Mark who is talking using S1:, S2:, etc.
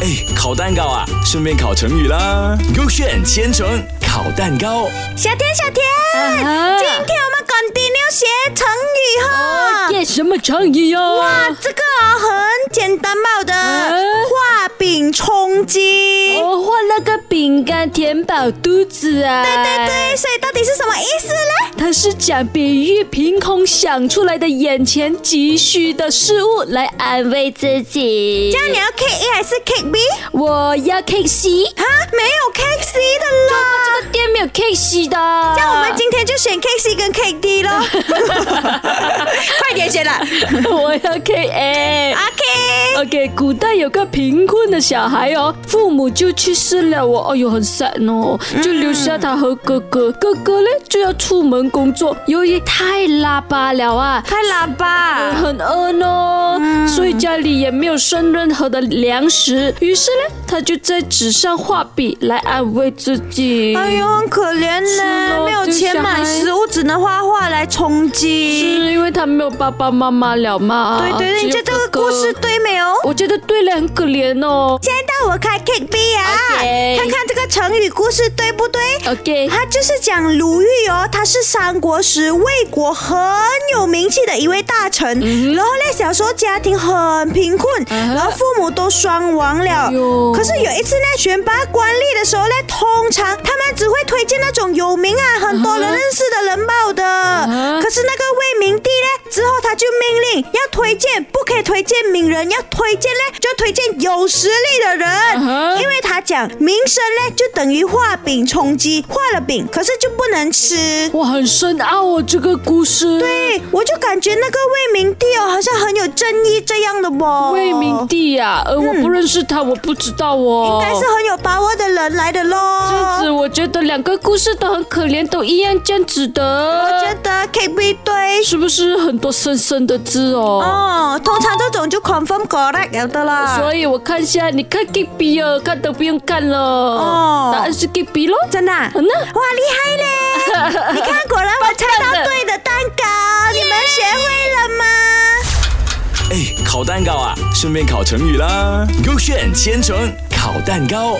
S1: 哎，烤蛋糕啊，顺便烤成语啦。勾选千层烤蛋糕，
S2: 小天，小天，
S3: 啊
S2: 今天我们 continue 学成语哈。
S3: 耶，什么成语哟？
S2: 哇，这个啊很简单嘛，我的
S3: 嗯
S2: 画饼充饥。
S3: 我换了个饼干填饱肚子啊！
S2: 对对对，所以到底是什么意思呢？
S3: 它是讲比喻凭空想出来的眼前急需的事物来安慰自己。
S2: 那你要 cake A 还是 cake B？
S3: 我要 K C，
S2: 啊，没有 cake C 的啦。
S3: 这个店没有 K C 的。
S2: 这样我们今天就选 K C 跟 K D 咯， 快点选啦。
S3: 我要 K A。
S2: OK，
S3: OK，古代有个贫困的小孩哦，父母就去世了哦，哎呦很 sad 哦，就留下他和哥哥，哥哥呢就要出门工作，由于太拉巴了啊，
S2: 开喇叭。
S3: 很饿呢，所以家里也没有剩任何的粮食，于是呢，他就在纸上画笔来安慰自己。
S2: 哎呦，很可怜
S3: 是
S2: 呢，
S3: 咯
S2: 没有钱买食物，只能画画来充饥。
S3: 是因为他没有爸爸妈妈了嘛？
S2: 对对对，你
S3: 啊只
S2: 觉
S3: 有
S2: 得这个
S3: 哥
S2: 故
S3: 哥
S2: 事，对没有？
S3: 我觉得对了，很可怜 哦。
S2: 现在到我开 K B 啊
S3: OK
S2: 看看这个成语故事对不对？
S3: OK，
S2: 它就是讲鲁豫哦，他是三国时魏国很有名气的一位大臣，然后呢，小时候家庭很贫困，
S3: 嗯哼
S2: 然后父母都双亡了
S3: 哎。呦
S2: 可是有一次呢，选拔官吏的时候呢，通常他们只会推荐那种有名啊、很多人认识的人报的。
S3: 嗯哼
S2: 可是那个魏明帝呢，之后他就命令要推荐，不可以推荐名人，要推荐呢就推荐有实力的人。
S3: 嗯哼
S2: 因为他讲名声呢，就等于画饼充饥，画了饼，可是就不能吃。
S3: 哇，很深奥哦，这个故事。对，
S2: 哎，我就感觉那个魏明帝哦，好像很有正义这样的哦。嗯
S3: 魏明帝呀、呃，我不认识他，我不知道
S2: 应
S3: 哦。
S2: 该是很有把握的人来的咯。
S3: 这样子，我觉得两个故事都很可怜，都一样这样子的。
S2: 我觉得 K B 对。
S3: 是不是很多深深的字哦？
S2: 哦，通常这种就 confirm correct 了的啦。
S3: 所以我看一下，你看 G B 哦，看都不用看了。
S2: 哦
S3: 答案是 G B 咯。
S2: 真的啊、
S3: 嗯呐
S2: 哇，厉害 嘞！你看，果然我猜到对的蛋糕，你们学会了吗？
S1: 哎，烤蛋糕啊，顺便烤成语啦。勾选千层烤蛋糕。